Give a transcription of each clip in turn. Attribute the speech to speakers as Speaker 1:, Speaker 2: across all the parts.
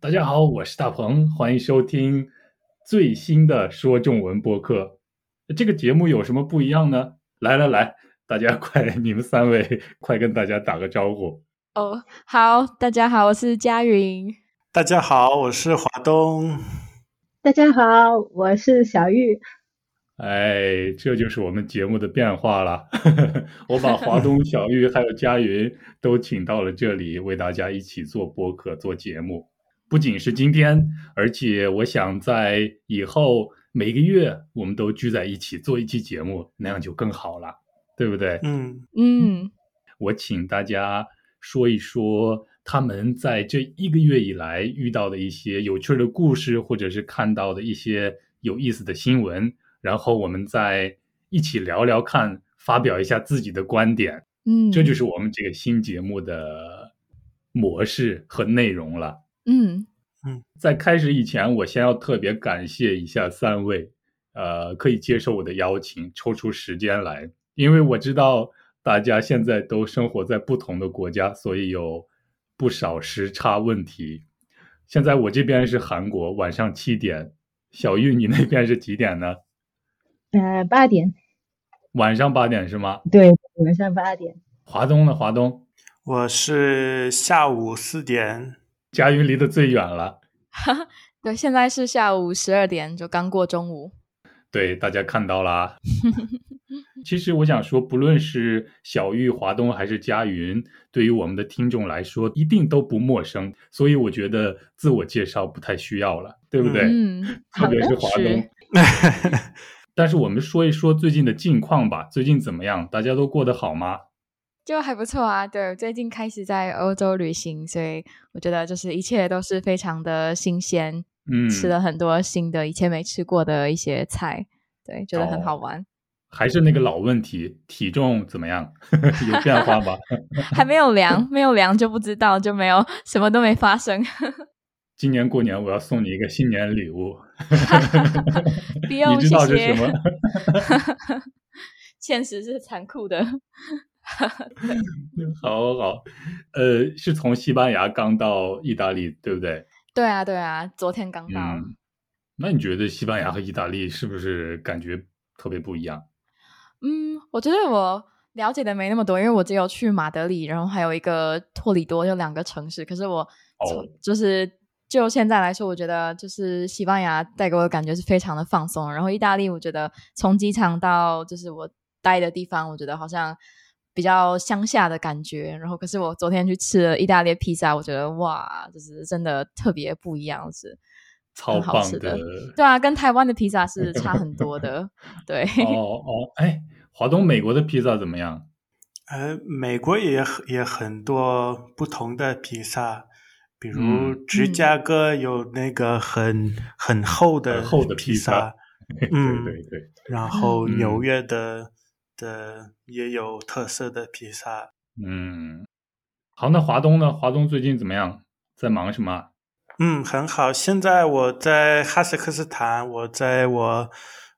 Speaker 1: 大家好，我是大鹏，欢迎收听最新的说中文播客。这个节目有什么不一样呢？来来来，大家快，你们三位快跟大家打个招呼。
Speaker 2: 哦，好，大家好，我是佳云。
Speaker 3: 大家好，我是华东。
Speaker 4: 大家好，我是小玉。
Speaker 1: 哎，这就是我们节目的变化了。 我把华东、小玉还有佳云都请到了这里，为大家一起做播客、做节目。不仅是今天，而且我想在以后每个月我们都聚在一起做一期节目，那样就更好了，对不对？
Speaker 3: 嗯，
Speaker 2: 嗯，
Speaker 1: 我请大家说一说他们在这一个月以来遇到的一些有趣的故事，或者是看到的一些有意思的新闻，然后我们再一起聊聊看，发表一下自己的观点。
Speaker 2: 嗯，
Speaker 1: 这就是我们这个新节目的模式和内容了。
Speaker 2: 嗯，
Speaker 1: 在开始以前，我先要特别感谢一下三位，呃，可以接受我的邀请，抽出时间来，因为我知道大家现在都生活在不同的国家，所以有不少时差问题。现在我这边是韩国，晚上七点，小玉你那边是几点呢？
Speaker 4: 呃，八点，
Speaker 1: 晚上八点是吗？
Speaker 4: 对，晚上八点。
Speaker 1: 华东呢？华东，
Speaker 3: 我是下午四 点。
Speaker 1: 佳云离得最远了。
Speaker 2: 对，现在是下午十二点，就刚过中午。
Speaker 1: 对，大家看到啦。 其实我想说，不论是小玉、华东还是佳云，对于我们的听众来说，一定都不陌生。所以我觉得自我介绍不太需要了，对不对？
Speaker 2: 嗯，
Speaker 1: 特别是华东
Speaker 2: 是。
Speaker 1: 但是我们说一说最近的近况吧，最近怎么样？大家都过得好吗？
Speaker 2: 就还不错啊。对，最近开始在欧洲旅行，所以我觉得就是一切都是非常的新鲜，
Speaker 1: 嗯，
Speaker 2: 吃了很多新的、以前没吃过的一些菜，对，觉得很
Speaker 1: 哦
Speaker 2: 好玩。
Speaker 1: 还是那个老问题，体重怎么样？ 有变化吗？
Speaker 2: 还没有量，没有量就不知道，就没有什么都没 发生。
Speaker 1: 今年过年我要送你一个新年礼物，
Speaker 2: 不用，
Speaker 1: 你知道
Speaker 2: 谢
Speaker 1: 是
Speaker 2: 谢
Speaker 1: 什么？
Speaker 2: 现实是残酷的。
Speaker 1: 好好好，呃，是从西班牙刚到意大利，对不对？
Speaker 2: 对啊，对啊，昨天刚到。
Speaker 1: 嗯，那你觉得西班牙和意大利是不是感觉特别不一样？
Speaker 2: 嗯，我觉得我了解的没那么多，因为我只有去马德里，然后还有一个托里多，就两个城市。可是我从、
Speaker 1: 哦
Speaker 2: 就是就现在来说，我觉得就是西班牙带给我的感觉是非常的放松，然后意大利，我觉得从机场到就是我待的地方，我觉得好像。比较乡下的感觉，然后可是我昨天去吃了意大利披萨，我觉得哇，就是真的特别不一样，是
Speaker 1: 超
Speaker 2: 很好
Speaker 1: 棒
Speaker 2: 吃
Speaker 1: 的！
Speaker 2: 的对啊，跟台湾的披萨是差很多的，对，
Speaker 1: 哦哦，哎，华东美国的披萨怎么样？
Speaker 3: 呃，美国也很也很多不同的披萨，比如
Speaker 1: 嗯
Speaker 3: 芝加哥有那个很很厚的
Speaker 1: 很厚的披
Speaker 3: 披
Speaker 1: 萨
Speaker 3: 萨， 嗯
Speaker 1: 对对对，
Speaker 3: 然后
Speaker 1: 嗯
Speaker 3: 纽约的的也有特色的披萨。
Speaker 1: 嗯，好，那华东呢？华东最近怎么样？在忙什么啊？
Speaker 3: 嗯，很好。现在我在哈萨克斯坦，我在我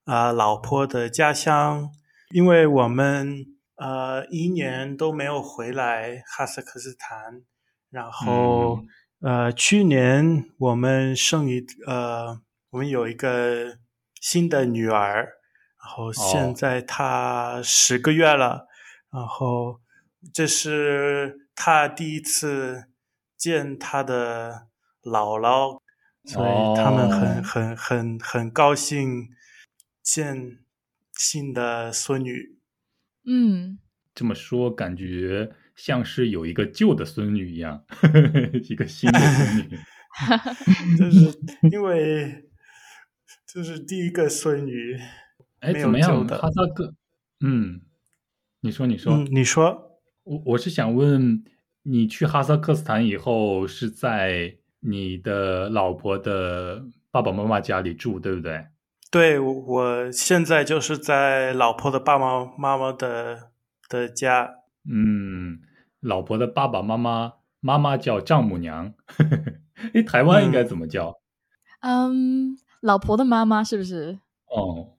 Speaker 3: 啊、呃老婆的家乡，因为我们呃一年都没有回来哈萨克斯坦，然后、呃去年我们生一呃我们有一个新的女儿，然后
Speaker 1: 哦
Speaker 3: 现在她十个月了，然后这是她第一次见她的姥姥，所以他们很、
Speaker 2: 哦
Speaker 3: 很很很高兴见新的孙女。
Speaker 2: 嗯，
Speaker 1: 这么说感觉像是有一个旧的孙女一样， 一个新的孙 女。
Speaker 3: 就是因为这是第一个孙女，
Speaker 1: 哎，怎
Speaker 3: 没有
Speaker 1: 么
Speaker 3: 旧
Speaker 1: 样？
Speaker 3: 的
Speaker 1: 哈萨克，嗯，你说，你说，
Speaker 3: 嗯，你说，
Speaker 1: 我我是想问，你去哈萨克斯坦以后是在你的老婆的爸爸妈妈家里住，对不对？
Speaker 3: 对我我现在就是在老婆的爸爸妈妈的的家，
Speaker 1: 嗯，老婆的爸爸妈妈，妈妈叫丈母娘， 哎，台湾应该怎么叫？
Speaker 2: 嗯，老婆的妈妈是不是？
Speaker 1: 哦，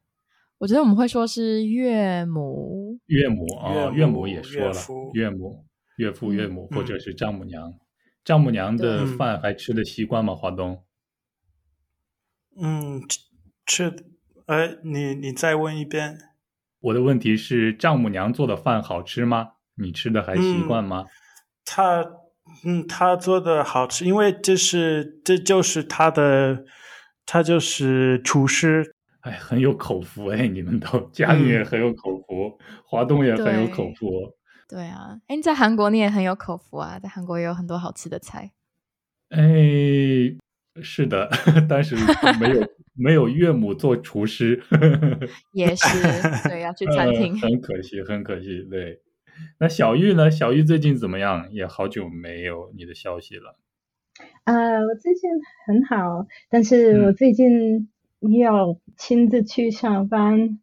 Speaker 2: 我觉得我们会说是岳母。
Speaker 1: 岳母啊，
Speaker 3: 岳
Speaker 1: 岳母
Speaker 3: 母
Speaker 1: 也
Speaker 3: 岳
Speaker 1: 说了
Speaker 3: 父，
Speaker 1: 岳母、岳父、岳
Speaker 2: 嗯
Speaker 1: 母或者
Speaker 3: 嗯
Speaker 1: 是丈母娘，丈母娘的
Speaker 3: 对
Speaker 1: 饭还吃得习惯吗？华东？
Speaker 3: 嗯，吃吃，呃，你你再问一遍。
Speaker 1: 我的问题是，丈母娘做的饭好吃吗？你吃的还
Speaker 3: 嗯
Speaker 1: 习惯吗？
Speaker 3: 他嗯，他做的好吃，因为这是这就是他的，他就是厨师。
Speaker 1: 哎，很有口福哎，你们都家里也很有口福，华东也很有口福。
Speaker 2: 嗯对啊，哎，你在韩国你也很有口福啊，在韩国也有很多好吃的菜。
Speaker 1: 哎，是的， 但是没 有没有岳母做厨师，
Speaker 2: 也是，对，要去餐厅
Speaker 1: 呃。很可惜，很可惜。对，那小玉呢？小玉最近怎么样？也好久没有你的消息了。
Speaker 4: 啊，我最近很好，但是我
Speaker 1: 嗯
Speaker 4: 最近要亲自去上班，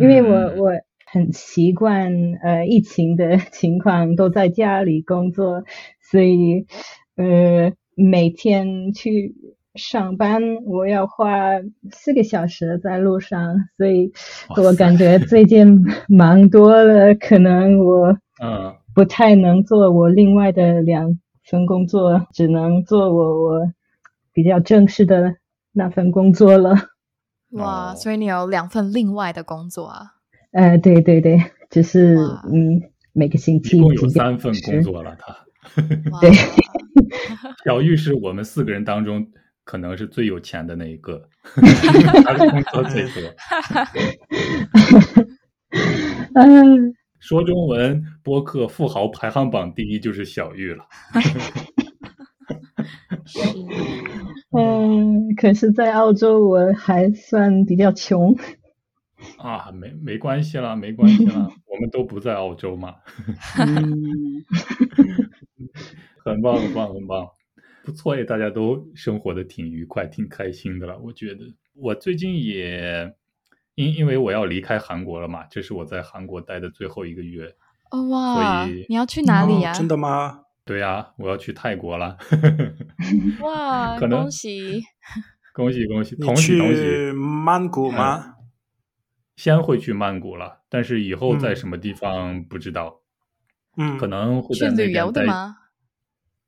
Speaker 4: 因为我
Speaker 1: 嗯
Speaker 4: 我很习惯呃疫情的情况都在家里工作，所以呃每天去上班我要花四个小时在路上，所以
Speaker 1: 哇
Speaker 4: 我
Speaker 1: 塞
Speaker 4: 感觉最近忙多了，可能我
Speaker 1: 嗯
Speaker 4: 不太能做我另外的两份工作，只能做我我比较正式的那份工作了。
Speaker 2: 哇，
Speaker 1: 哦
Speaker 2: 所以你有两份另外的工作 啊？
Speaker 4: 呃，对对对，只是
Speaker 2: 哇
Speaker 4: 嗯，每个星期
Speaker 1: 一共有
Speaker 4: 几个
Speaker 1: 三份
Speaker 4: 小
Speaker 1: 工
Speaker 4: 时。
Speaker 1: 作了，他。
Speaker 2: 哇，
Speaker 4: 对
Speaker 1: 小玉是我们四个人当中可能是最有钱的那一个， 他工作最多，
Speaker 4: 嗯、
Speaker 1: 说中文播客富豪排行榜第一就是小玉了。
Speaker 2: 是
Speaker 4: 嗯、可是，在澳洲我还算比较 穷。
Speaker 1: 啊，没没关系啦，没关系 啦，我们都不在澳洲嘛，
Speaker 4: 嗯，
Speaker 1: 很棒，很棒，很棒，不错耶，大家都生活的挺愉快，挺开心的了。我觉得我最近也因因为我要离开韩国了嘛，这是我在韩国待的最后一个月。
Speaker 2: 哦哇
Speaker 1: 所以，
Speaker 2: 你要去哪里呀、啊
Speaker 3: 哦真的吗？
Speaker 1: 对呀、我要去泰国了，
Speaker 2: 哇，
Speaker 1: 可能
Speaker 2: 恭喜！
Speaker 1: 恭喜恭喜，
Speaker 3: 你
Speaker 1: 同喜同喜。
Speaker 3: 去曼谷吗？
Speaker 1: 哎先会去曼谷了，但是以后在
Speaker 3: 嗯
Speaker 1: 什么地方不知道，
Speaker 3: 嗯，
Speaker 1: 可能会
Speaker 2: 去
Speaker 1: 在那
Speaker 2: 旅
Speaker 1: 边
Speaker 2: 游的
Speaker 1: 待
Speaker 2: 吗？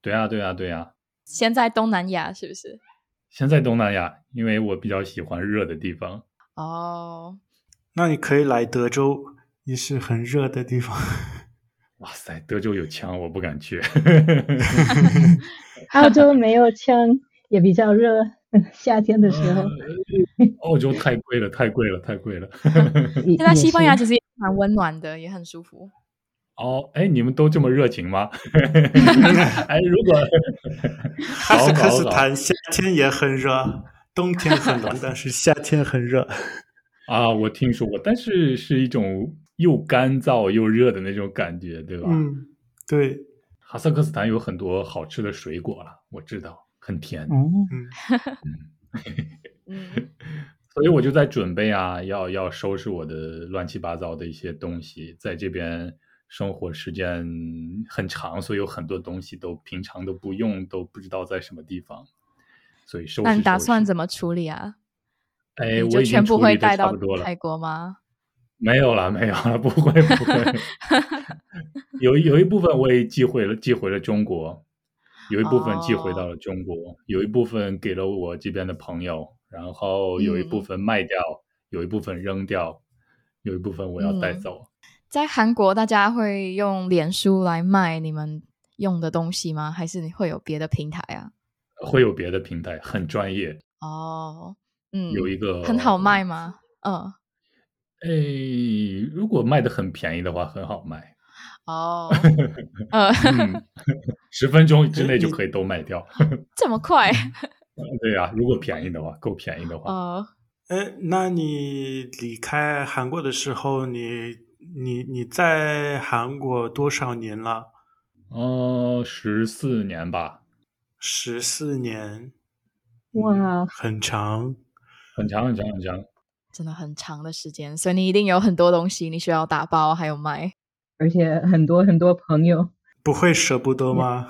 Speaker 1: 对啊，对啊，对啊。
Speaker 2: 先在东南亚是不是？
Speaker 1: 先在东南亚，因为我比较喜欢热的地方。
Speaker 2: 哦，
Speaker 3: 那你可以来德州，也是很热的地方。
Speaker 1: 哇塞，德州有枪，我不敢 去。
Speaker 4: 澳洲没有枪，也比较热， 夏天的时候。
Speaker 1: 澳洲太贵了，太贵了，太贵了。
Speaker 4: 也
Speaker 1: 嗯
Speaker 2: 现在西班牙
Speaker 4: 也是
Speaker 2: 其实也蛮温暖的，也很舒服。
Speaker 1: 哦，哎，你们都这么热情吗？ 哎，如果
Speaker 3: 哈
Speaker 1: 好
Speaker 3: 萨克斯
Speaker 1: 好好
Speaker 3: 坦夏天也很热，冬天 很冷，但是夏天很热。
Speaker 1: 啊，我听说过，但是是一种又干燥又热的那种感觉，对吧？
Speaker 3: 嗯，对，
Speaker 1: 哈萨克斯坦有很多好吃的水果了，我知道，很甜。
Speaker 4: 哦，
Speaker 3: 嗯，
Speaker 2: 嗯，
Speaker 1: 所 以我就在准备啊，要要收拾我的乱七八糟的一些东西，在这边生活时间很长，所以有很多东西都平常都不用，都不知道在什么地方，所以收拾。
Speaker 2: 那你打算
Speaker 1: 么？
Speaker 2: 怎么处理啊？
Speaker 1: 哎，
Speaker 2: 你
Speaker 1: 我
Speaker 2: 就
Speaker 1: 已经
Speaker 2: 全部
Speaker 1: 处
Speaker 2: 会
Speaker 1: 理的
Speaker 2: 带
Speaker 1: 差
Speaker 2: 到
Speaker 1: 不多了，
Speaker 2: 泰国吗？
Speaker 1: 没有了，没有了，不会不会。有一有一部分我也寄回了，寄回了中国，有一部分寄回
Speaker 2: 哦
Speaker 1: 到了中国，有一部分给了我这边的朋友，然后有一部
Speaker 2: 嗯
Speaker 1: 分卖掉，有一部分扔掉，有一部分我要带
Speaker 2: 嗯
Speaker 1: 走。
Speaker 2: 在韩国，大家会用脸书来卖你们用的东西吗？还是你会有别的平台啊？
Speaker 1: 会有别的平台，很专业，
Speaker 2: 哦，嗯，
Speaker 1: 有一个
Speaker 2: 很好卖？吗？嗯，
Speaker 1: 哎，如果卖的很便宜的话，很好卖，
Speaker 2: 哦，呃，
Speaker 1: 嗯， 十分钟之内就
Speaker 3: 你
Speaker 1: 可以都卖掉。
Speaker 2: 这么快？
Speaker 1: 对呀、如果便宜的话，够便宜的话，
Speaker 2: 哦，
Speaker 3: 哎，那你离开韩国的时候，你你你在韩国多少年了？
Speaker 1: 哦，十四年吧，
Speaker 3: 十四年，嗯
Speaker 4: 哇，
Speaker 3: 很长。
Speaker 1: 很长很长很长。
Speaker 2: 真的很长的时间，所以你一定有很多东西你需要打包，还有卖。
Speaker 4: 而且很多很多朋友，
Speaker 3: 不会舍不得吗？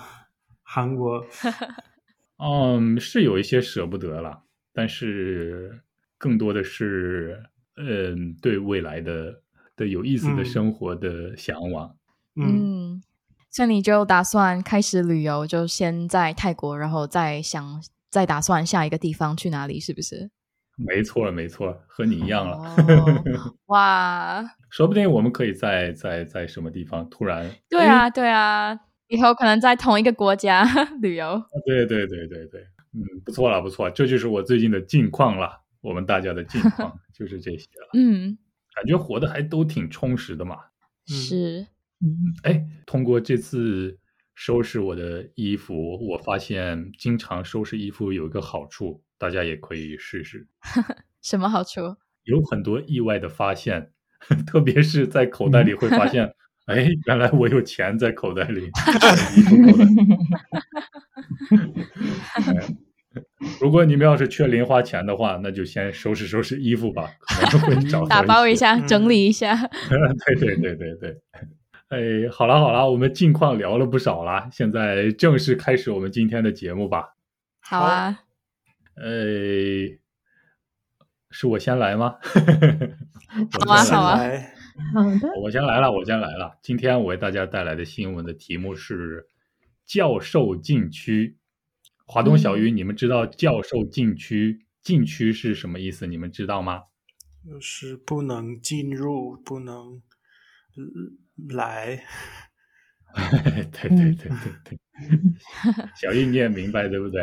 Speaker 3: 韩国，
Speaker 1: 嗯，是有一些舍不得了，但是更多的是，嗯，对未来的的有意思的
Speaker 3: 嗯
Speaker 1: 生活的向往。
Speaker 3: 嗯，
Speaker 2: 嗯，所以你就打算开始旅游，就先在泰国，然后再想再打算下一个地方去哪里，是不是？
Speaker 1: 没错，没错，和你一样了。
Speaker 2: 哦哇，
Speaker 1: 说不定我们可以在在在什么地方突然，
Speaker 2: 对啊，对啊，以后可能在同一个国家 旅游。
Speaker 1: 对对对对对，嗯，不错了，不错，这就是我最近的近况了。我们大家的近况就是这些了，
Speaker 2: 嗯，
Speaker 1: 感觉活得还都挺充实的嘛。
Speaker 3: 嗯
Speaker 2: 是，
Speaker 1: 哎，通过这次收拾我的衣服，我发现经常收拾衣服有一个好处，大家也可以试试，
Speaker 2: 什么好处？
Speaker 1: 有很多意外的发现， 特别是在口袋里会发现，
Speaker 2: 嗯
Speaker 1: 哎，原来我有钱在口袋 里，衣服口袋里。 如果你们要是缺零花钱的话，那就先收拾收拾衣服吧，可能会找到
Speaker 2: 打包
Speaker 1: 一
Speaker 2: 一
Speaker 1: 些
Speaker 2: 下，
Speaker 3: 嗯
Speaker 2: 整理一下。
Speaker 1: 对 对对对对，哎，好啦好啦，我们近况聊了不少啦，现在正式开始我们今天的节目吧。
Speaker 2: 好啊，
Speaker 1: 哎，是我先来吗？
Speaker 2: 好啊，好啊。
Speaker 3: 来
Speaker 4: 好的，
Speaker 1: 我先来了，我先来了。今天我为大家带来的新闻的题目是“教授禁区”。华东小鱼，你们知道“教授禁区”禁区是什么意思？你们知道吗？
Speaker 3: 就是不能进入，不能嗯来。
Speaker 1: 对对对对对，小玉你也明白对不对？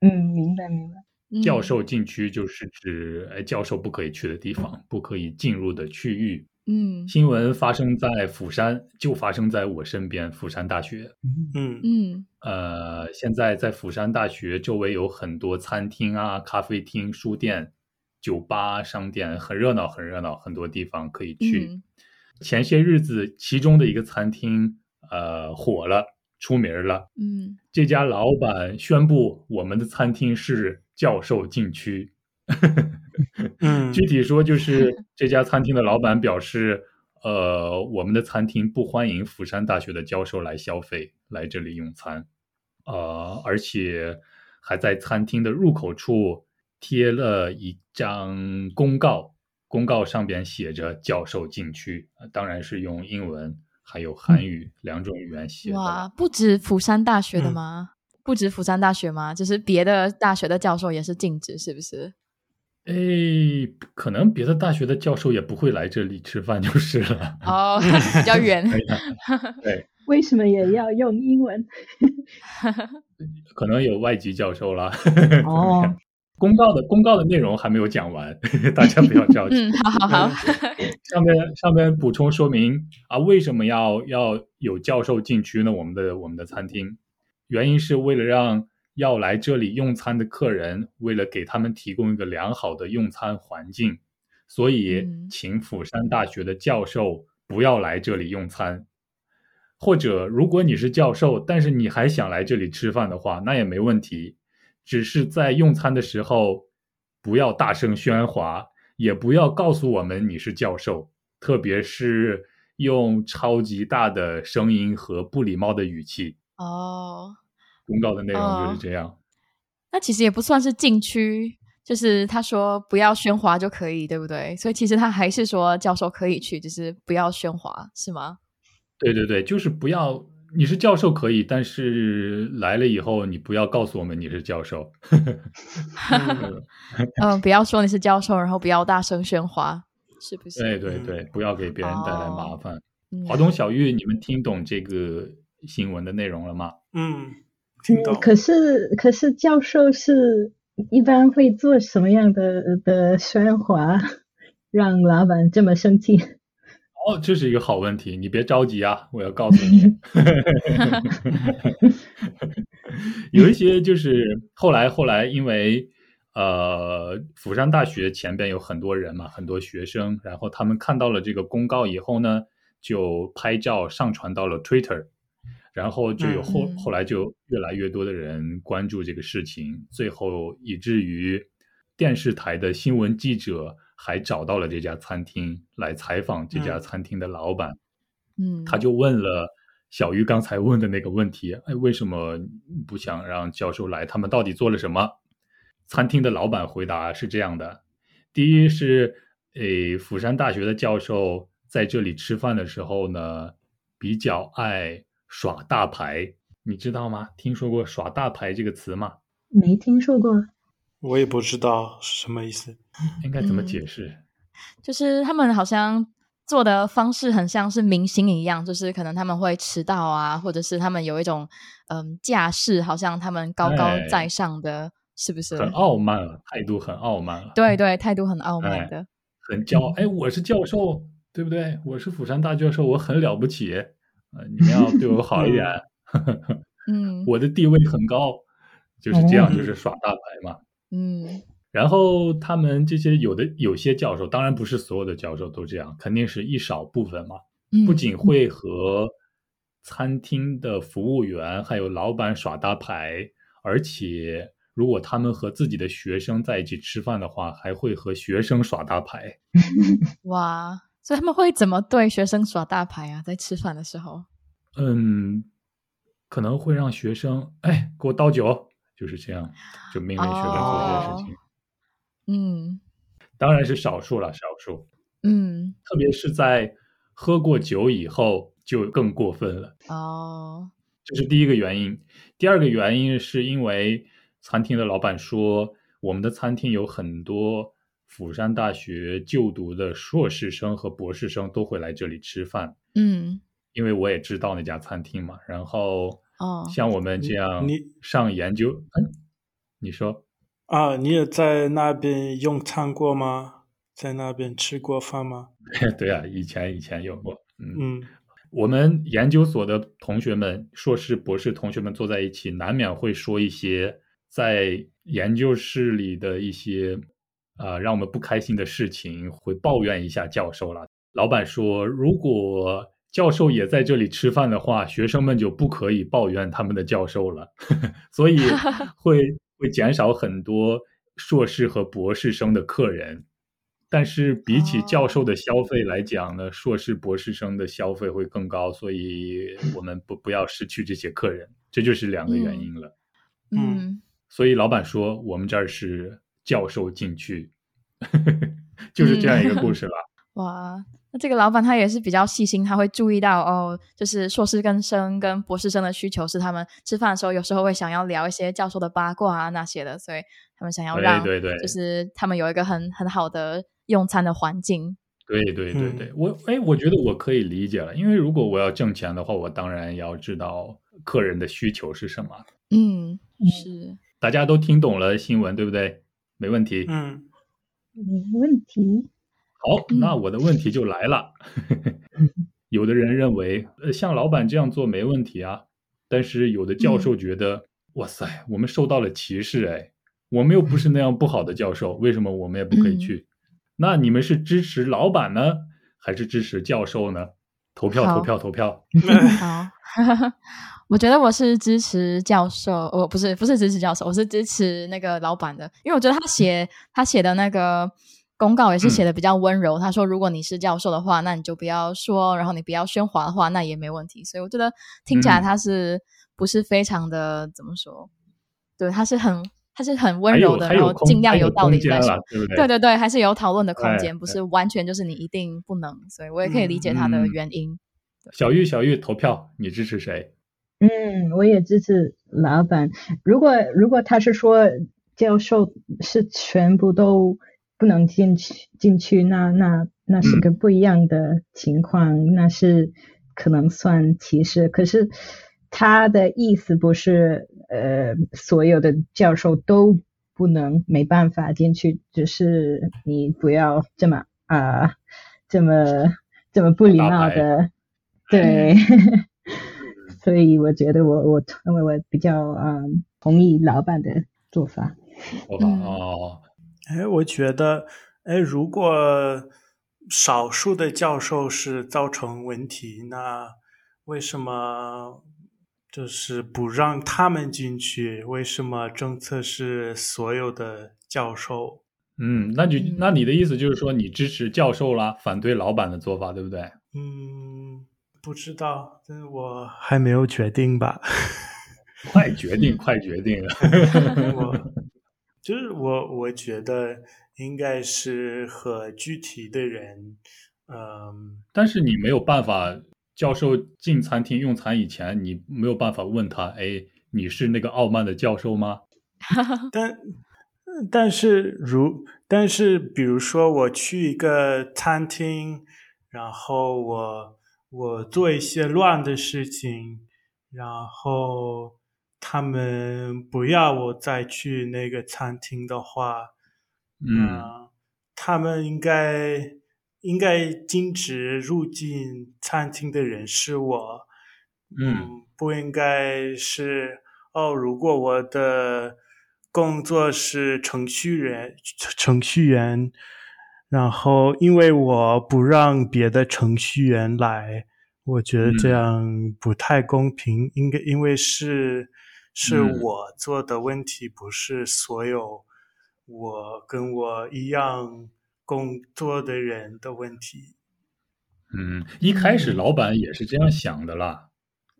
Speaker 4: 嗯，明白明白。
Speaker 2: 嗯
Speaker 1: 教授禁区就是指哎教授不可以去的地方，不可以进入的区域。
Speaker 2: 嗯
Speaker 1: 新闻发生在釜山，就发生在我身边，釜山大学。
Speaker 3: 嗯
Speaker 2: 嗯
Speaker 1: 呃，现在在釜山大学周围有很多餐厅啊、咖啡厅、书店、酒吧、商店，很热闹，很热闹，很多地方可以去。
Speaker 2: 嗯
Speaker 1: 前些日子，其中的一个餐厅呃火了，出名儿了。
Speaker 2: 嗯，
Speaker 1: 这家老板宣布，我们的餐厅是教授禁区。
Speaker 3: 嗯
Speaker 1: 具体说，就是这家餐厅的老板表示，呃，我们的餐厅不欢迎釜山大学的教授来消费，来这里用餐，呃，而且还在餐厅的入口处贴了一张公告，公告上边写着“教授禁区”，呃当然是用英文还有韩语两种语言写的
Speaker 2: 哇，
Speaker 1: 了。
Speaker 2: 不止釜山大学的
Speaker 3: 嗯
Speaker 2: 吗？不止釜山大学吗？就是别的大学的教授也是禁止，是不是？
Speaker 1: 哎，可能别的大学的教授也不会来这里吃饭就是了。
Speaker 2: 哦， 比较远。
Speaker 4: 为什么也要用英文？
Speaker 1: 可能有外籍教授啦。
Speaker 4: 哦，
Speaker 1: 公告的公告的内容还没有讲完， 大家不要着急。
Speaker 2: 嗯，好好好，
Speaker 1: 上面上面补充说明啊，为什么要要有教授禁区呢？我们的我们的餐厅，原因是为了让要来这里用餐的客人，为了给他们提供一个良好的用餐环境，所以
Speaker 2: 嗯
Speaker 1: 请釜山大学的教授不要来这里用餐。或者，如果你是教授，但是你还想来这里吃饭的话，那也没问题。只是在用餐的时候不要大声喧哗，也不要告诉我们你是教授，特别是用超级大的声音和不礼貌的语气。
Speaker 2: 哦，
Speaker 1: 公告的内容就是这样。
Speaker 2: 那其实也不算是禁区，就是他说不要喧哗就可以，对不对？所以其实他还是说教授可以去，只是不要喧哗，是吗？
Speaker 1: 对对对，就是不要你是教授可以，但是来了以后你不要告诉我们你是教授。
Speaker 3: 嗯
Speaker 2: 嗯，不要说你是教授，然后不要大声喧哗，是不是？
Speaker 1: 对对对，不要给别人带来麻烦。
Speaker 2: 嗯
Speaker 1: 华东小玉，你们听懂这个新闻的内容了吗？
Speaker 3: 嗯，听懂。
Speaker 4: 可是可是教授是一般会做什么样的呃的喧哗，让老板这么生气？
Speaker 1: 哦，这是一个好问题，你别着急啊，我要告诉你， 有一些就是后来后来因为呃，釜山大学前边有很多人嘛，很多学生，然后他们看到了这个公告以后呢，就拍照上传到了 Twitter，然后就有后
Speaker 2: 嗯
Speaker 1: 后来就越来越多的人关注这个事情，最后以至于电视台的新闻记者还找到了这家餐厅来采访这家
Speaker 3: 嗯
Speaker 1: 餐厅的老板，
Speaker 2: 嗯，
Speaker 1: 他就问了小鱼刚才问的那个问题，哎，为什么不想让教授来？他们到底做了什么？餐厅的老板回答是这样的：第一是，诶、釜山大学的教授在这里吃饭的时候呢，比较爱耍大牌，你知道吗？听说过耍大牌这个词吗？
Speaker 4: 没听说过。
Speaker 3: 我也不知道是什么意思。
Speaker 1: 应该怎么解释？
Speaker 2: 就是他们好像做的方式很像是明星一样，就是可能他们会迟到啊，或者是他们有一种嗯架势，好像他们高高在上的，是不是？
Speaker 1: 很傲慢了，态度很傲慢了，
Speaker 2: 对对，态度很傲慢的，
Speaker 1: 很骄傲。哎，我是教授，对不对？我是釜山大教授，我很了不起。呃，你们要对我好一点，
Speaker 2: 嗯
Speaker 1: 我的地位很高，就是这样，
Speaker 2: 哦
Speaker 3: 嗯
Speaker 1: 就是耍大牌嘛。
Speaker 2: 嗯
Speaker 1: 然后他们这些有的有些教授，当然不是所有的教授都这样，肯定是一少部分嘛。
Speaker 2: 嗯，
Speaker 1: 不仅会和餐厅的服务员还有老板耍大牌，而且如果他们和自己的学生在一起吃饭的话，还会和学生耍大牌。
Speaker 2: 哇，所以他们会怎么对学生耍大牌啊？在吃饭的时候，
Speaker 1: 嗯，可能会让学生哎给我倒酒，就是这样，就命令学生做这些事情。
Speaker 2: 嗯
Speaker 1: 当然是少数了，少数。
Speaker 2: 嗯
Speaker 1: 特别是在喝过酒以后就更过分了，
Speaker 2: 哦
Speaker 1: 这是第一个原因。第二个原因是因为餐厅的老板说，我们的餐厅有很多釜山大学就读的硕士生和博士生都会来这里吃饭，
Speaker 2: 嗯
Speaker 1: 因为我也知道那家餐厅嘛。然后
Speaker 2: 哦
Speaker 1: 像我们这样
Speaker 3: 你
Speaker 1: 上研究，嗯，你说
Speaker 3: 啊，你也在那边用餐过吗？在那边吃过饭吗？
Speaker 1: 对啊，以前以前有过，嗯
Speaker 3: 嗯
Speaker 1: 我们研究所的同学们、硕士、博士同学们坐在一起，难免会说一些在研究室里的一些啊、呃让我们不开心的事情，会抱怨一下教授了。老板说，如果教授也在这里吃饭的话，学生们就不可以抱怨他们的教授了， 所以会会减少很多硕士和博士生的客人。但是比起教授的消费来讲呢，硕士、博士生的消费会更高，所 以我们不不要失去这些客人，这就是两个原因了。
Speaker 2: 嗯
Speaker 1: 所以老板说我们这儿是教授禁区， 就是这样一个故事了。
Speaker 2: 哇，那这个老板他也是比较细心，他会注意到哦，就是硕士跟生跟博士生的需求是他们吃饭的时候有时候会想要聊一些教授的八卦啊那些的，所以他们想 要让
Speaker 1: 哎对对对
Speaker 2: 嗯就是他们有一个很很好的用餐的环境。
Speaker 1: 对对对对，
Speaker 3: 嗯
Speaker 1: 我哎，我觉得我可以理解了，因为如果我要挣钱的话，我当然要知道客人的需求是什么。
Speaker 2: 嗯，
Speaker 4: 嗯
Speaker 2: 是，
Speaker 1: 大家都听懂了新闻，对不对？没问题。
Speaker 3: 嗯
Speaker 4: 没问题。
Speaker 1: 好，
Speaker 2: 嗯
Speaker 1: 那我的问题就来了。 有的人认为，呃，像老板这样做没问题啊，但是有的
Speaker 2: 嗯
Speaker 1: 教授觉得，哇塞，我们受到了歧视，哎，我们又不是那样不好的教授，为什么我们也不
Speaker 2: 嗯
Speaker 1: 可以去？那你们是支持老板呢，还是支持教授呢？投票，
Speaker 2: 好
Speaker 1: 投票，投票。
Speaker 3: 嗯
Speaker 2: 好， 我觉得我是支持教授，呃我不是不是支持教授，我是支持那个老板的，因为我觉得他写他写的那个公告也是
Speaker 1: 嗯
Speaker 2: 写的比较温柔。他说，如果你是教授的话，那你就不要说，然后你不要喧哗的话，那也没问题。所以我觉得听起来
Speaker 1: 嗯
Speaker 2: 他是不是非常的怎么说？对，他是很他是很温
Speaker 1: 还
Speaker 2: 柔
Speaker 1: 有
Speaker 2: 的，
Speaker 1: 还
Speaker 2: 然
Speaker 1: 有
Speaker 2: 后
Speaker 1: 空
Speaker 2: 尽量
Speaker 1: 还有
Speaker 2: 有道理
Speaker 1: 空间
Speaker 2: 在说
Speaker 1: 了。，对不对？
Speaker 2: 对对对，还是有讨论的空
Speaker 1: 哎
Speaker 2: 间，不是完全就是你一定不能，所以我也可以理解他的
Speaker 1: 嗯
Speaker 2: 原因。
Speaker 1: 小玉，小玉，投票，你支持谁？
Speaker 4: 嗯，我也支持老板。如果如果他是说教授是全部都不能进去进去，那那那是个不一样的情况，那是可能算歧视。可是他的意思不是呃所有的教授都不能没办法进去，只是你不要这么啊、这么这么不礼
Speaker 1: 打
Speaker 4: 貌
Speaker 1: 牌
Speaker 4: 的，对。 所以我觉得我我我我比较嗯同意老板的做法。
Speaker 1: 我吧，
Speaker 2: 嗯
Speaker 1: 哦，
Speaker 3: 哎，我觉得，哎，如果少数的教授是造成问题，那为什么就是不让他们进去？为什么政策是所有的教授？
Speaker 1: 嗯，那就
Speaker 2: 嗯
Speaker 1: 那你的意思就是说，你支持教授啦，反对老板的做法，对不对？
Speaker 3: 嗯，不知道，但是我还没有决定吧。
Speaker 1: 快决定，快决定！
Speaker 3: 嗯我就是我，我觉得应该是和具体的人，嗯、
Speaker 1: 但是你没有办法教授进餐厅用餐以前，你没有办法问他，哎，你是那个傲慢的教授吗？
Speaker 3: 但但是如但是，比如说我去一个餐厅，然后我我做一些乱的事情，然后他们不要我再去那个餐厅的话，
Speaker 1: 嗯，
Speaker 3: 呃他们应该应该禁止入境餐厅的人是我，
Speaker 1: 嗯，
Speaker 3: 不应该是哦。如果我的工作是程序员，程序员，然后因为我不让别的程序员来，我觉得
Speaker 1: 嗯
Speaker 3: 这样不太公平。应该因为是是
Speaker 1: 嗯
Speaker 3: 我做的问题，不是所有我跟我一样工作的人的问题。
Speaker 1: 嗯，一开始老板也是这样想的啦。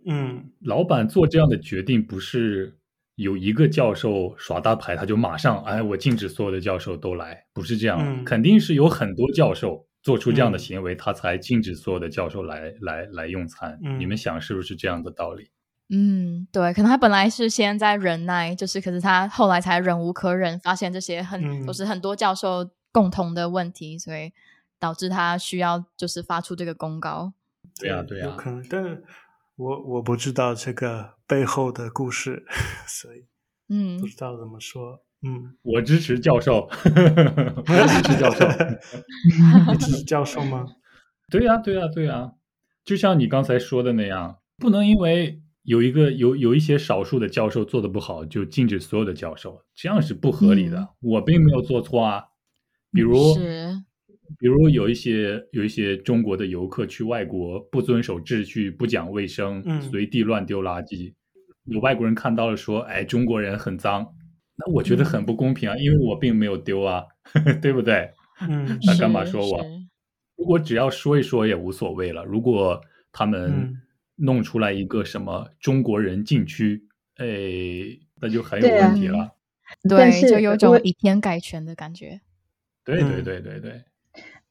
Speaker 3: 嗯
Speaker 1: 老板做这样的决定，不是有一个教授耍大牌，他就马上哎，我禁止所有的教授都来，不是这样，
Speaker 3: 嗯
Speaker 1: 肯定是有很多教授做出这样的
Speaker 3: 嗯
Speaker 1: 行为，他才禁止所有的教授来来来用餐。
Speaker 3: 嗯
Speaker 1: 你们想是不是这样的道理？
Speaker 2: 嗯，对，可能他本来是先在忍耐，就是可是他后来才忍无可忍，发现这些很、
Speaker 3: 嗯
Speaker 2: 都是很多教授共同的问题，所以导致他需要就是发出这个公告。
Speaker 1: 对呀、对呀、啊
Speaker 3: 有可能，但是我我不知道这个背后的故事， 所以
Speaker 2: 嗯
Speaker 3: 不，知道怎么说。 嗯，
Speaker 1: 我支持教授， 我支持教授。
Speaker 3: 你只是教授吗？
Speaker 1: 对呀、对呀、对呀、就像你刚才说的那样，不能因为有一个有有一些少数的教授做的不好，就禁止所有的教授，这样是不合理的。
Speaker 2: 嗯
Speaker 1: 我并没有做错啊，比如，
Speaker 2: 是，
Speaker 1: 比如有一些有一些中国的游客去外国不遵守秩序、不讲卫生、
Speaker 3: 嗯
Speaker 1: 随地乱丢垃圾，有外国人看到了说：“哎，中国人很脏。”那我觉
Speaker 2: 嗯
Speaker 1: 得很不公平啊，因为我并没有丢啊， 对不对？
Speaker 3: 嗯
Speaker 1: 那干嘛
Speaker 2: 是
Speaker 1: 说我
Speaker 2: 是
Speaker 1: 如果只要说一说也无所谓了。如果他们
Speaker 3: 嗯
Speaker 1: 弄出来一个什么中国人禁区，哎，那就很有
Speaker 4: 对啊
Speaker 1: 问题了。
Speaker 2: 对，
Speaker 4: 但是
Speaker 2: 就有一种
Speaker 4: 我
Speaker 2: 以偏概全的感觉。
Speaker 1: 对对
Speaker 3: 嗯
Speaker 1: 对对对，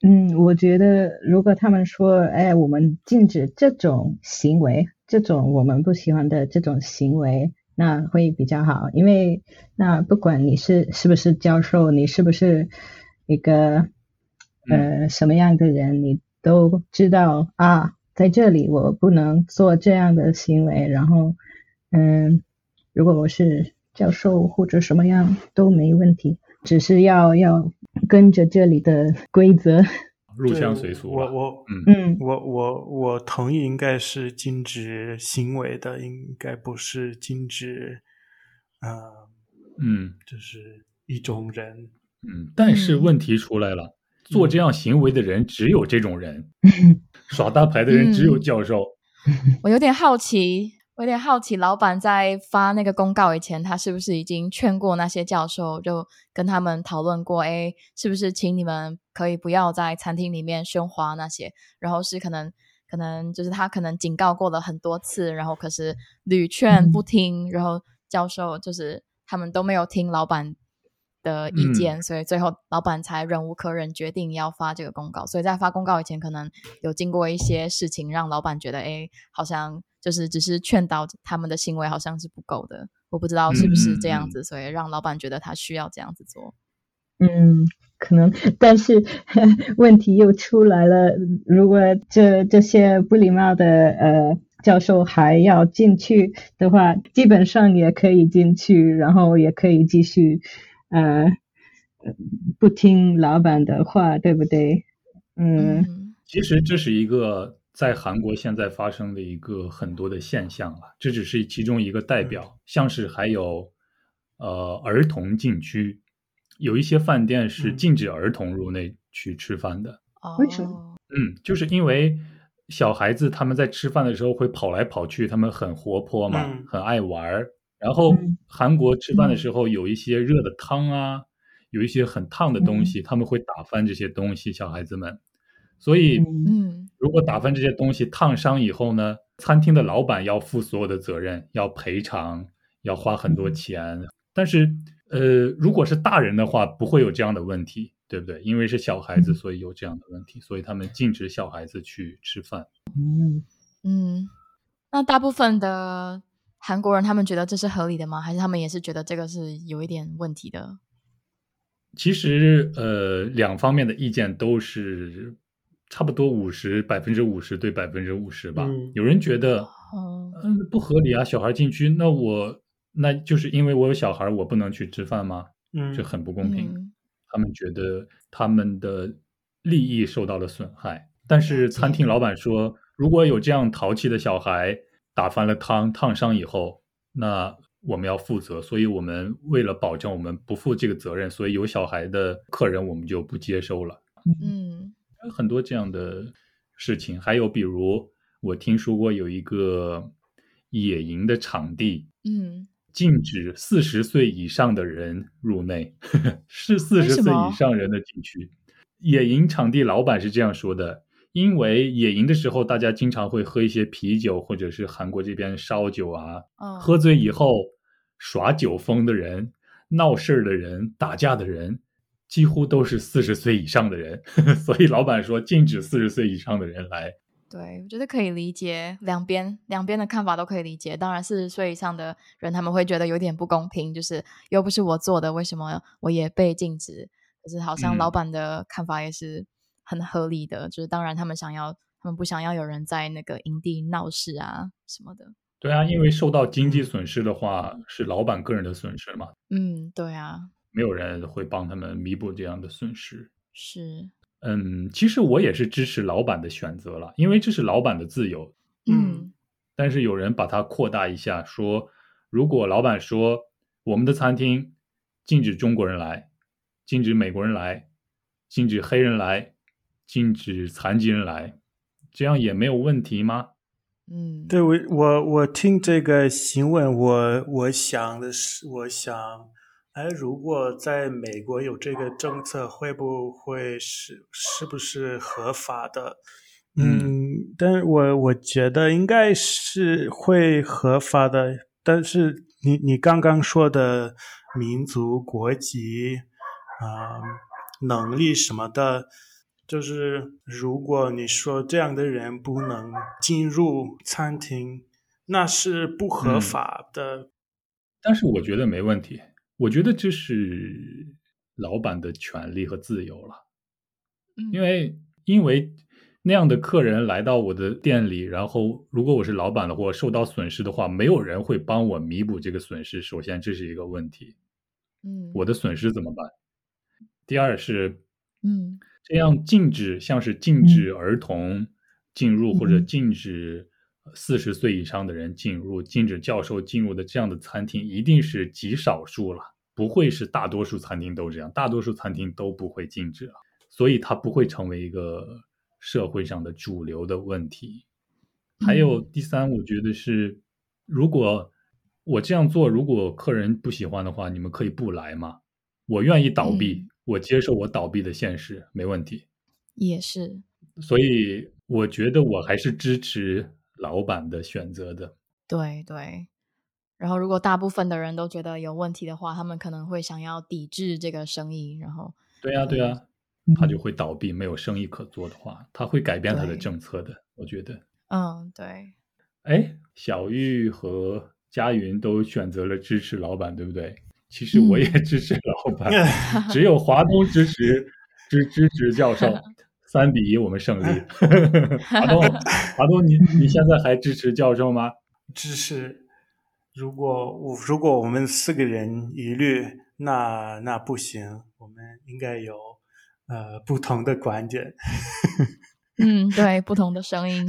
Speaker 4: 嗯，我觉得如果他们说，哎，我们禁止这种行为，这种我们不喜欢的这种行为，那会比较好，因为那不管你是是不是教授，你是不是一个呃什么样的人，你都知道啊，在这里我不能做这样的行为，然后嗯，如果我是教授或者什么样都没问题，只是要要跟着这里的规则。
Speaker 1: 入
Speaker 3: 对
Speaker 1: 乡随俗
Speaker 3: 我
Speaker 1: 吧。
Speaker 3: 我
Speaker 1: 嗯
Speaker 4: 嗯
Speaker 3: 我我我同意，应该是禁止行为的，应该不是禁止，呃，
Speaker 1: 嗯
Speaker 3: 就是一种人。
Speaker 1: 嗯，但是
Speaker 2: 嗯
Speaker 1: 问题出来了，
Speaker 3: 嗯
Speaker 1: 做这样行为的人只有这种人，耍大牌的人只有
Speaker 2: 嗯
Speaker 1: 教授。
Speaker 2: 我有点好奇，我有点好奇，老板在发那个公告以前，他是不是已经劝过那些教授，就跟他们讨论过，哎，是不是请你们可以不要在餐厅里面喧哗那些？然后是可能，可能就是他可能警告过了很多次，然后可是屡劝
Speaker 4: 嗯
Speaker 2: 不听，然后教授就是他们都没有听老板。的意
Speaker 1: 嗯
Speaker 2: 见，所以最后老板才忍无可忍，决定要发这个公告。所以在发公告以前，可能有经过一些事情，让老板觉得，哎，好像就是只是劝导他们的行为好像是不够的。我不知道是不是
Speaker 1: 嗯
Speaker 2: 这样子，所以让老板觉得他需要这样子做。
Speaker 4: 嗯，可能，但是 问题又出来了。如果这这些不礼貌的呃教授还要进去的话，基本上也可以进去，然后也可以继续呃不听老板的话，对不对？嗯
Speaker 2: 嗯
Speaker 1: 其实这是一个在韩国现在发生的一个很多的现象啊，这只是其中一个
Speaker 4: 嗯
Speaker 1: 代表，像是还有呃儿童禁区，有一些饭店是
Speaker 3: 嗯
Speaker 1: 禁止儿童入内去吃饭的。
Speaker 2: 哦，
Speaker 4: 为什么？
Speaker 1: 嗯，就是因为小孩子他们在吃饭的时候会跑来跑去，他们很活泼嘛，
Speaker 3: 嗯
Speaker 1: 很爱玩儿。然后
Speaker 4: 嗯
Speaker 1: 韩国吃饭的时候有一些热的汤啊，有一些很烫的东
Speaker 4: 嗯
Speaker 1: 西，他们会打翻这些东西，小孩子们。所以，
Speaker 4: 嗯
Speaker 2: 嗯，
Speaker 1: 如果打翻这些东西烫伤以后呢，餐厅的老板要负所有的责任，要赔偿，要花很多
Speaker 4: 嗯
Speaker 1: 钱。但是，呃，如果是大人的话，不会有这样的问题，对不对？因为是小孩子，
Speaker 4: 嗯
Speaker 1: 所以有这样的问题，所以他们禁止小孩子去吃饭。
Speaker 4: 嗯
Speaker 2: 嗯，那大部分的韩国人他们觉得这是合理的吗？还是他们也是觉得这个是有一点问题的？
Speaker 1: 其实呃，两方面的意见都是差不多五十百分之五十对百分之五十吧。
Speaker 3: 嗯
Speaker 1: 有人觉得
Speaker 2: 哦，
Speaker 1: 嗯不合理啊，小孩进去，那我那就是因为我有小孩，我不能去吃饭吗？
Speaker 3: 嗯，
Speaker 1: 这很不公平。
Speaker 2: 嗯
Speaker 1: 他们觉得他们的利益受到了损害。但是餐厅老板说，如果有这样淘气的小孩打翻了汤烫伤以后，那我们要负责。所以我们为了保证我们不负这个责任，所以有小孩的客人我们就不接收了。
Speaker 2: 嗯
Speaker 1: 很多这样的事情，还有比如我听说过有一个野营的场地，
Speaker 2: 嗯，
Speaker 1: 禁止四十岁以上的人入内， 是四
Speaker 2: 为
Speaker 1: 十
Speaker 2: 什
Speaker 1: 岁
Speaker 2: 么
Speaker 1: 以上人的禁区。野营场地老板是这样说的：，因为野营的时候，大家经常会喝一些啤酒，或者是韩国这边烧酒啊。
Speaker 2: 哦
Speaker 1: 喝醉以后耍酒疯的人、闹事儿的人、打架的人，几乎都是四十岁以上的人。 所以老板说，禁止四十岁以上的人来。
Speaker 2: 对，我觉得可以理解，两边两边的看法都可以理解。当然，四十岁以上的人他们会觉得有点不公平，就是又不是我做的，为什么我也被禁止？可是好像老
Speaker 1: 嗯
Speaker 2: 板的看法也是很合理的，就是当然他们想要，他们不想要有人在那个营地闹事啊什么的。
Speaker 1: 对啊，因为受到经济损失的话，是老板个人的损失嘛。
Speaker 2: 嗯，对啊，
Speaker 1: 没有人会帮他们弥补这样的损失。
Speaker 2: 是，
Speaker 1: 嗯，其实我也是支持老板的选择了，因为这是老板的自由。
Speaker 2: 嗯
Speaker 3: 嗯
Speaker 1: 但是有人把它扩大一下，说如果老板说我们的餐厅禁止中国人来，禁止美国人来，禁止黑人来，禁止残疾人来，这样也没有问题吗？
Speaker 2: 嗯，
Speaker 3: 对我我我听这个新闻，我我想的是，我想，哎，如果在美国有这个政策，会不会是是不是合法的？
Speaker 1: 嗯
Speaker 3: 嗯，但是我我觉得应该是会合法的。但是你你刚刚说的民族、国籍啊、能力什么的，就是如果你说这样的人不能进入餐厅，那是不合
Speaker 1: 嗯
Speaker 3: 法的。
Speaker 1: 但是我觉得没问题，我觉得这是老板的权利和自由了。
Speaker 2: 嗯
Speaker 1: 因为因为那样的客人来到我的店里，然后如果我是老板的话，受到损失的话，没有人会帮我弥补这个损失。首先，这是一个问题，
Speaker 2: 嗯
Speaker 1: 我的损失怎么办？第二是
Speaker 2: 嗯
Speaker 1: 这样禁止，像是禁止儿童进入或者
Speaker 4: 嗯
Speaker 1: 禁止四十岁以上的人进入、禁止教授进入的这样的餐厅，一定是极少数了，不会是大多数餐厅都这样，大多数餐厅都不会禁止了，所以它不会成为一个社会上的主流的问题。还
Speaker 2: 嗯
Speaker 1: 有第三，我觉得是，如果我这样做，如果客人不喜欢的话，你们可以不来嘛。我愿意倒闭，
Speaker 2: 嗯
Speaker 1: 我接受我倒闭的现实，没问题。
Speaker 2: 也是，
Speaker 1: 所以我觉得我还是支持老板的选择的。
Speaker 2: 对对，然后如果大部分的人都觉得有问题的话，他们可能会想要抵制这个生意，然后
Speaker 1: 对呀、对呀、啊
Speaker 4: 嗯
Speaker 1: 他就会倒闭，没有生意可做的话，他会改变他的
Speaker 2: 对
Speaker 1: 政策的。我觉得，
Speaker 2: 嗯，对，
Speaker 1: 哎，小玉和佳云都选择了支持老板，对不对？其实我也
Speaker 2: 嗯
Speaker 1: 支持老 板，只有华东支持支支持教授，三比一我们胜利。 华东，华东你你现在还支持教授吗？
Speaker 3: 只是如果我如果我们四个人一律，那那不行，我们应该有呃不同的观点。
Speaker 2: 嗯，对，不同的声音，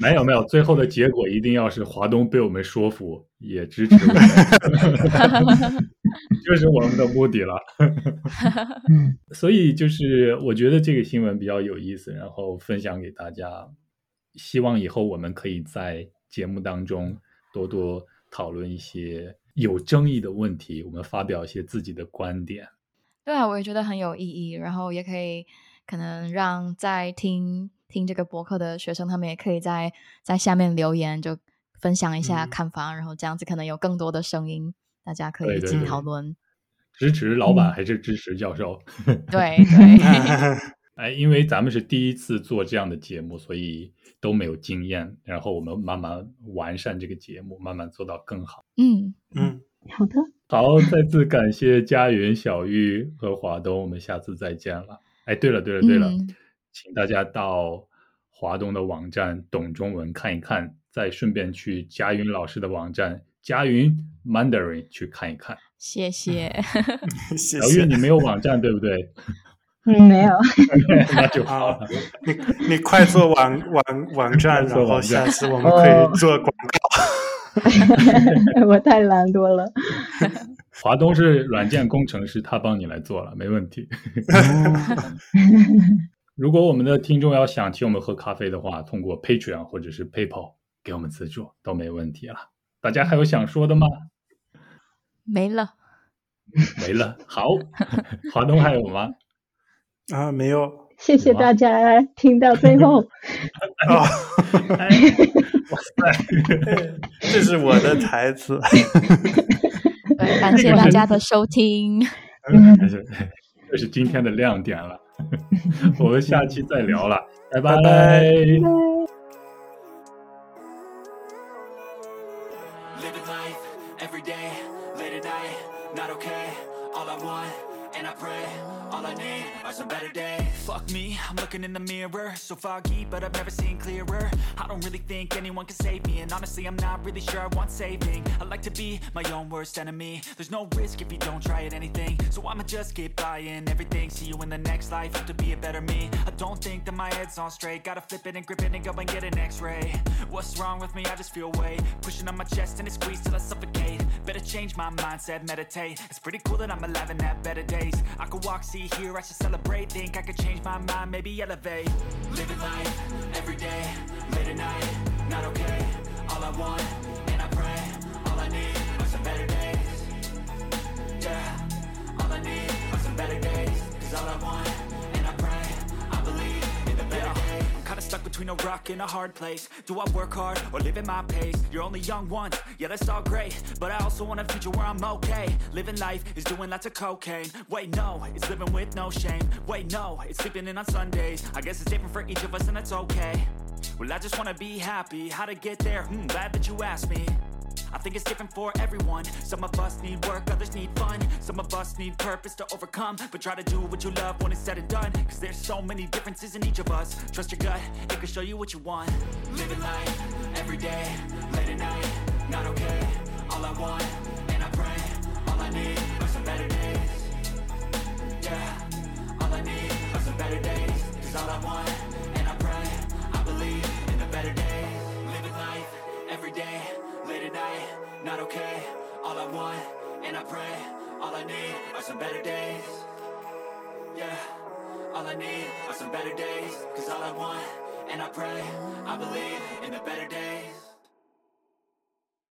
Speaker 1: 没有没有，最后的结果一定要是华东被我们说服，也支持我们，这是我们的目的了。
Speaker 4: 嗯
Speaker 1: 所以就是我觉得这个新闻比较有意思，然后分享给大家，希望以后我们可以在节目当中多多讨论一些有争议的问题，我们发表一些自己的观点。
Speaker 2: 对啊，我也觉得很有意义，然后也可以可能让在听听这个博客的学生，他们也可以在在下面留言，就分享一下
Speaker 3: 嗯
Speaker 2: 看法，然后这样子可能有更多的声音，大家可以
Speaker 1: 对
Speaker 2: 一
Speaker 1: 对
Speaker 2: 起
Speaker 3: 对
Speaker 2: 讨论，
Speaker 1: 支持老板
Speaker 4: 嗯
Speaker 1: 还是支持教授？
Speaker 2: 对对，
Speaker 1: 哎，因为咱们是第一次做这样的节目，所以都没有经验，然后我们慢慢完善这个节目，慢慢做到更好。
Speaker 2: 嗯，
Speaker 3: 嗯，
Speaker 4: 好的，
Speaker 1: 好，再次感谢佳云、小玉和华东，我们下次再见了。哎，对了，对了，对了，
Speaker 2: 嗯
Speaker 1: 请大家到华东的网站懂中文看一看，再顺便去佳云老师的网站佳云 Mandarin 去看一看。
Speaker 2: 谢谢。
Speaker 3: 谢
Speaker 1: 小玉，
Speaker 3: 谢
Speaker 1: 你没有网站对不对？
Speaker 4: 嗯，没有，
Speaker 1: 那就好
Speaker 3: 啊
Speaker 1: 了。！
Speaker 3: 你你快做网网网站，
Speaker 1: 快做
Speaker 3: 然后
Speaker 1: 网站
Speaker 3: 下次我们可
Speaker 4: 哦
Speaker 3: 以做广告。
Speaker 4: 我太懒惰了。
Speaker 1: 华东是软件工程师，他帮你来 做了，没问题。
Speaker 3: 哦
Speaker 1: 如果我们的听众要想请我们喝咖啡的话，通过 Patreon 或者是 PayPal 给我们资助都没问题了。大家还有想说的吗？
Speaker 2: 没了，
Speaker 1: 没了。 好，华东还有吗？
Speaker 3: 啊，没有
Speaker 4: 谢谢大家听到最 后，
Speaker 3: 啊，
Speaker 1: 哎，哇塞，
Speaker 3: 这是我的台词。
Speaker 2: 对，感谢大家的收听，
Speaker 4: 嗯
Speaker 1: 这 是这是今天的亮点了。我们下期再聊了，
Speaker 3: 拜拜
Speaker 5: Living life every day, late at night, not okay. All I want, and I pray, all I need are some better days. Fuck me, I'm looking in the mirror, so foggy, but I've never seen clearer. I don't really think anyone can save me, and honestly, I'm not really sure I want saving. I like to be my own worst enemy. There's no risk if you don't try at anything, so I'ma just keep buying everything. See you in the next life, have to be a better me. I don't think that my head's on straight, gotta flip it and grip it and go and get an x-ray. What's wrong with me? I just feel weight pushing on my chest and it squeezed till I suffocate. Better change my mindset, meditate. It's pretty cool that I'm alive and have better days. I could walk, see, hear, I should celebrate. Think I could change my mind, maybe elevate. Living life every day, late at night, not okay. All I want, and I pray, all I need are some better days. Yeah, all I need are some better days. Cause all I want, and I pray, I believe in the better days. I'm kinda stuck between a rock and a hard place. Do I work hard or live at my pace? You're only young once, yeah, that's all great. But I also want a future where I'm okay. Living life is doing lots of cocaine. Wait, no, it's living with no shame. Wait, no, it's sleeping in on Sundays. I guess it's different for each of us, and that's okay. Well, I just wanna be happy. How to get there? Hmm, glad that you asked me. I think it's different for everyone. Some of us need work, others need fun. Some of us need purpose to overcome. But try to do what you love when it's said and done. Cause there's so many differences in each of us. Trust your gut, it can show you what you want. Living life, every day, late at night, not okay. All I want, and I pray, all I need are some better days. Yeah, all I need are some better days. Cause all I want, and I pray, I believe in a better day. Living life every day, late at night, not okay. All I want, and I pray, all I need are some better days. Yeah, all I need are some better days. Cause all I want, and I pray, I believe in a better day.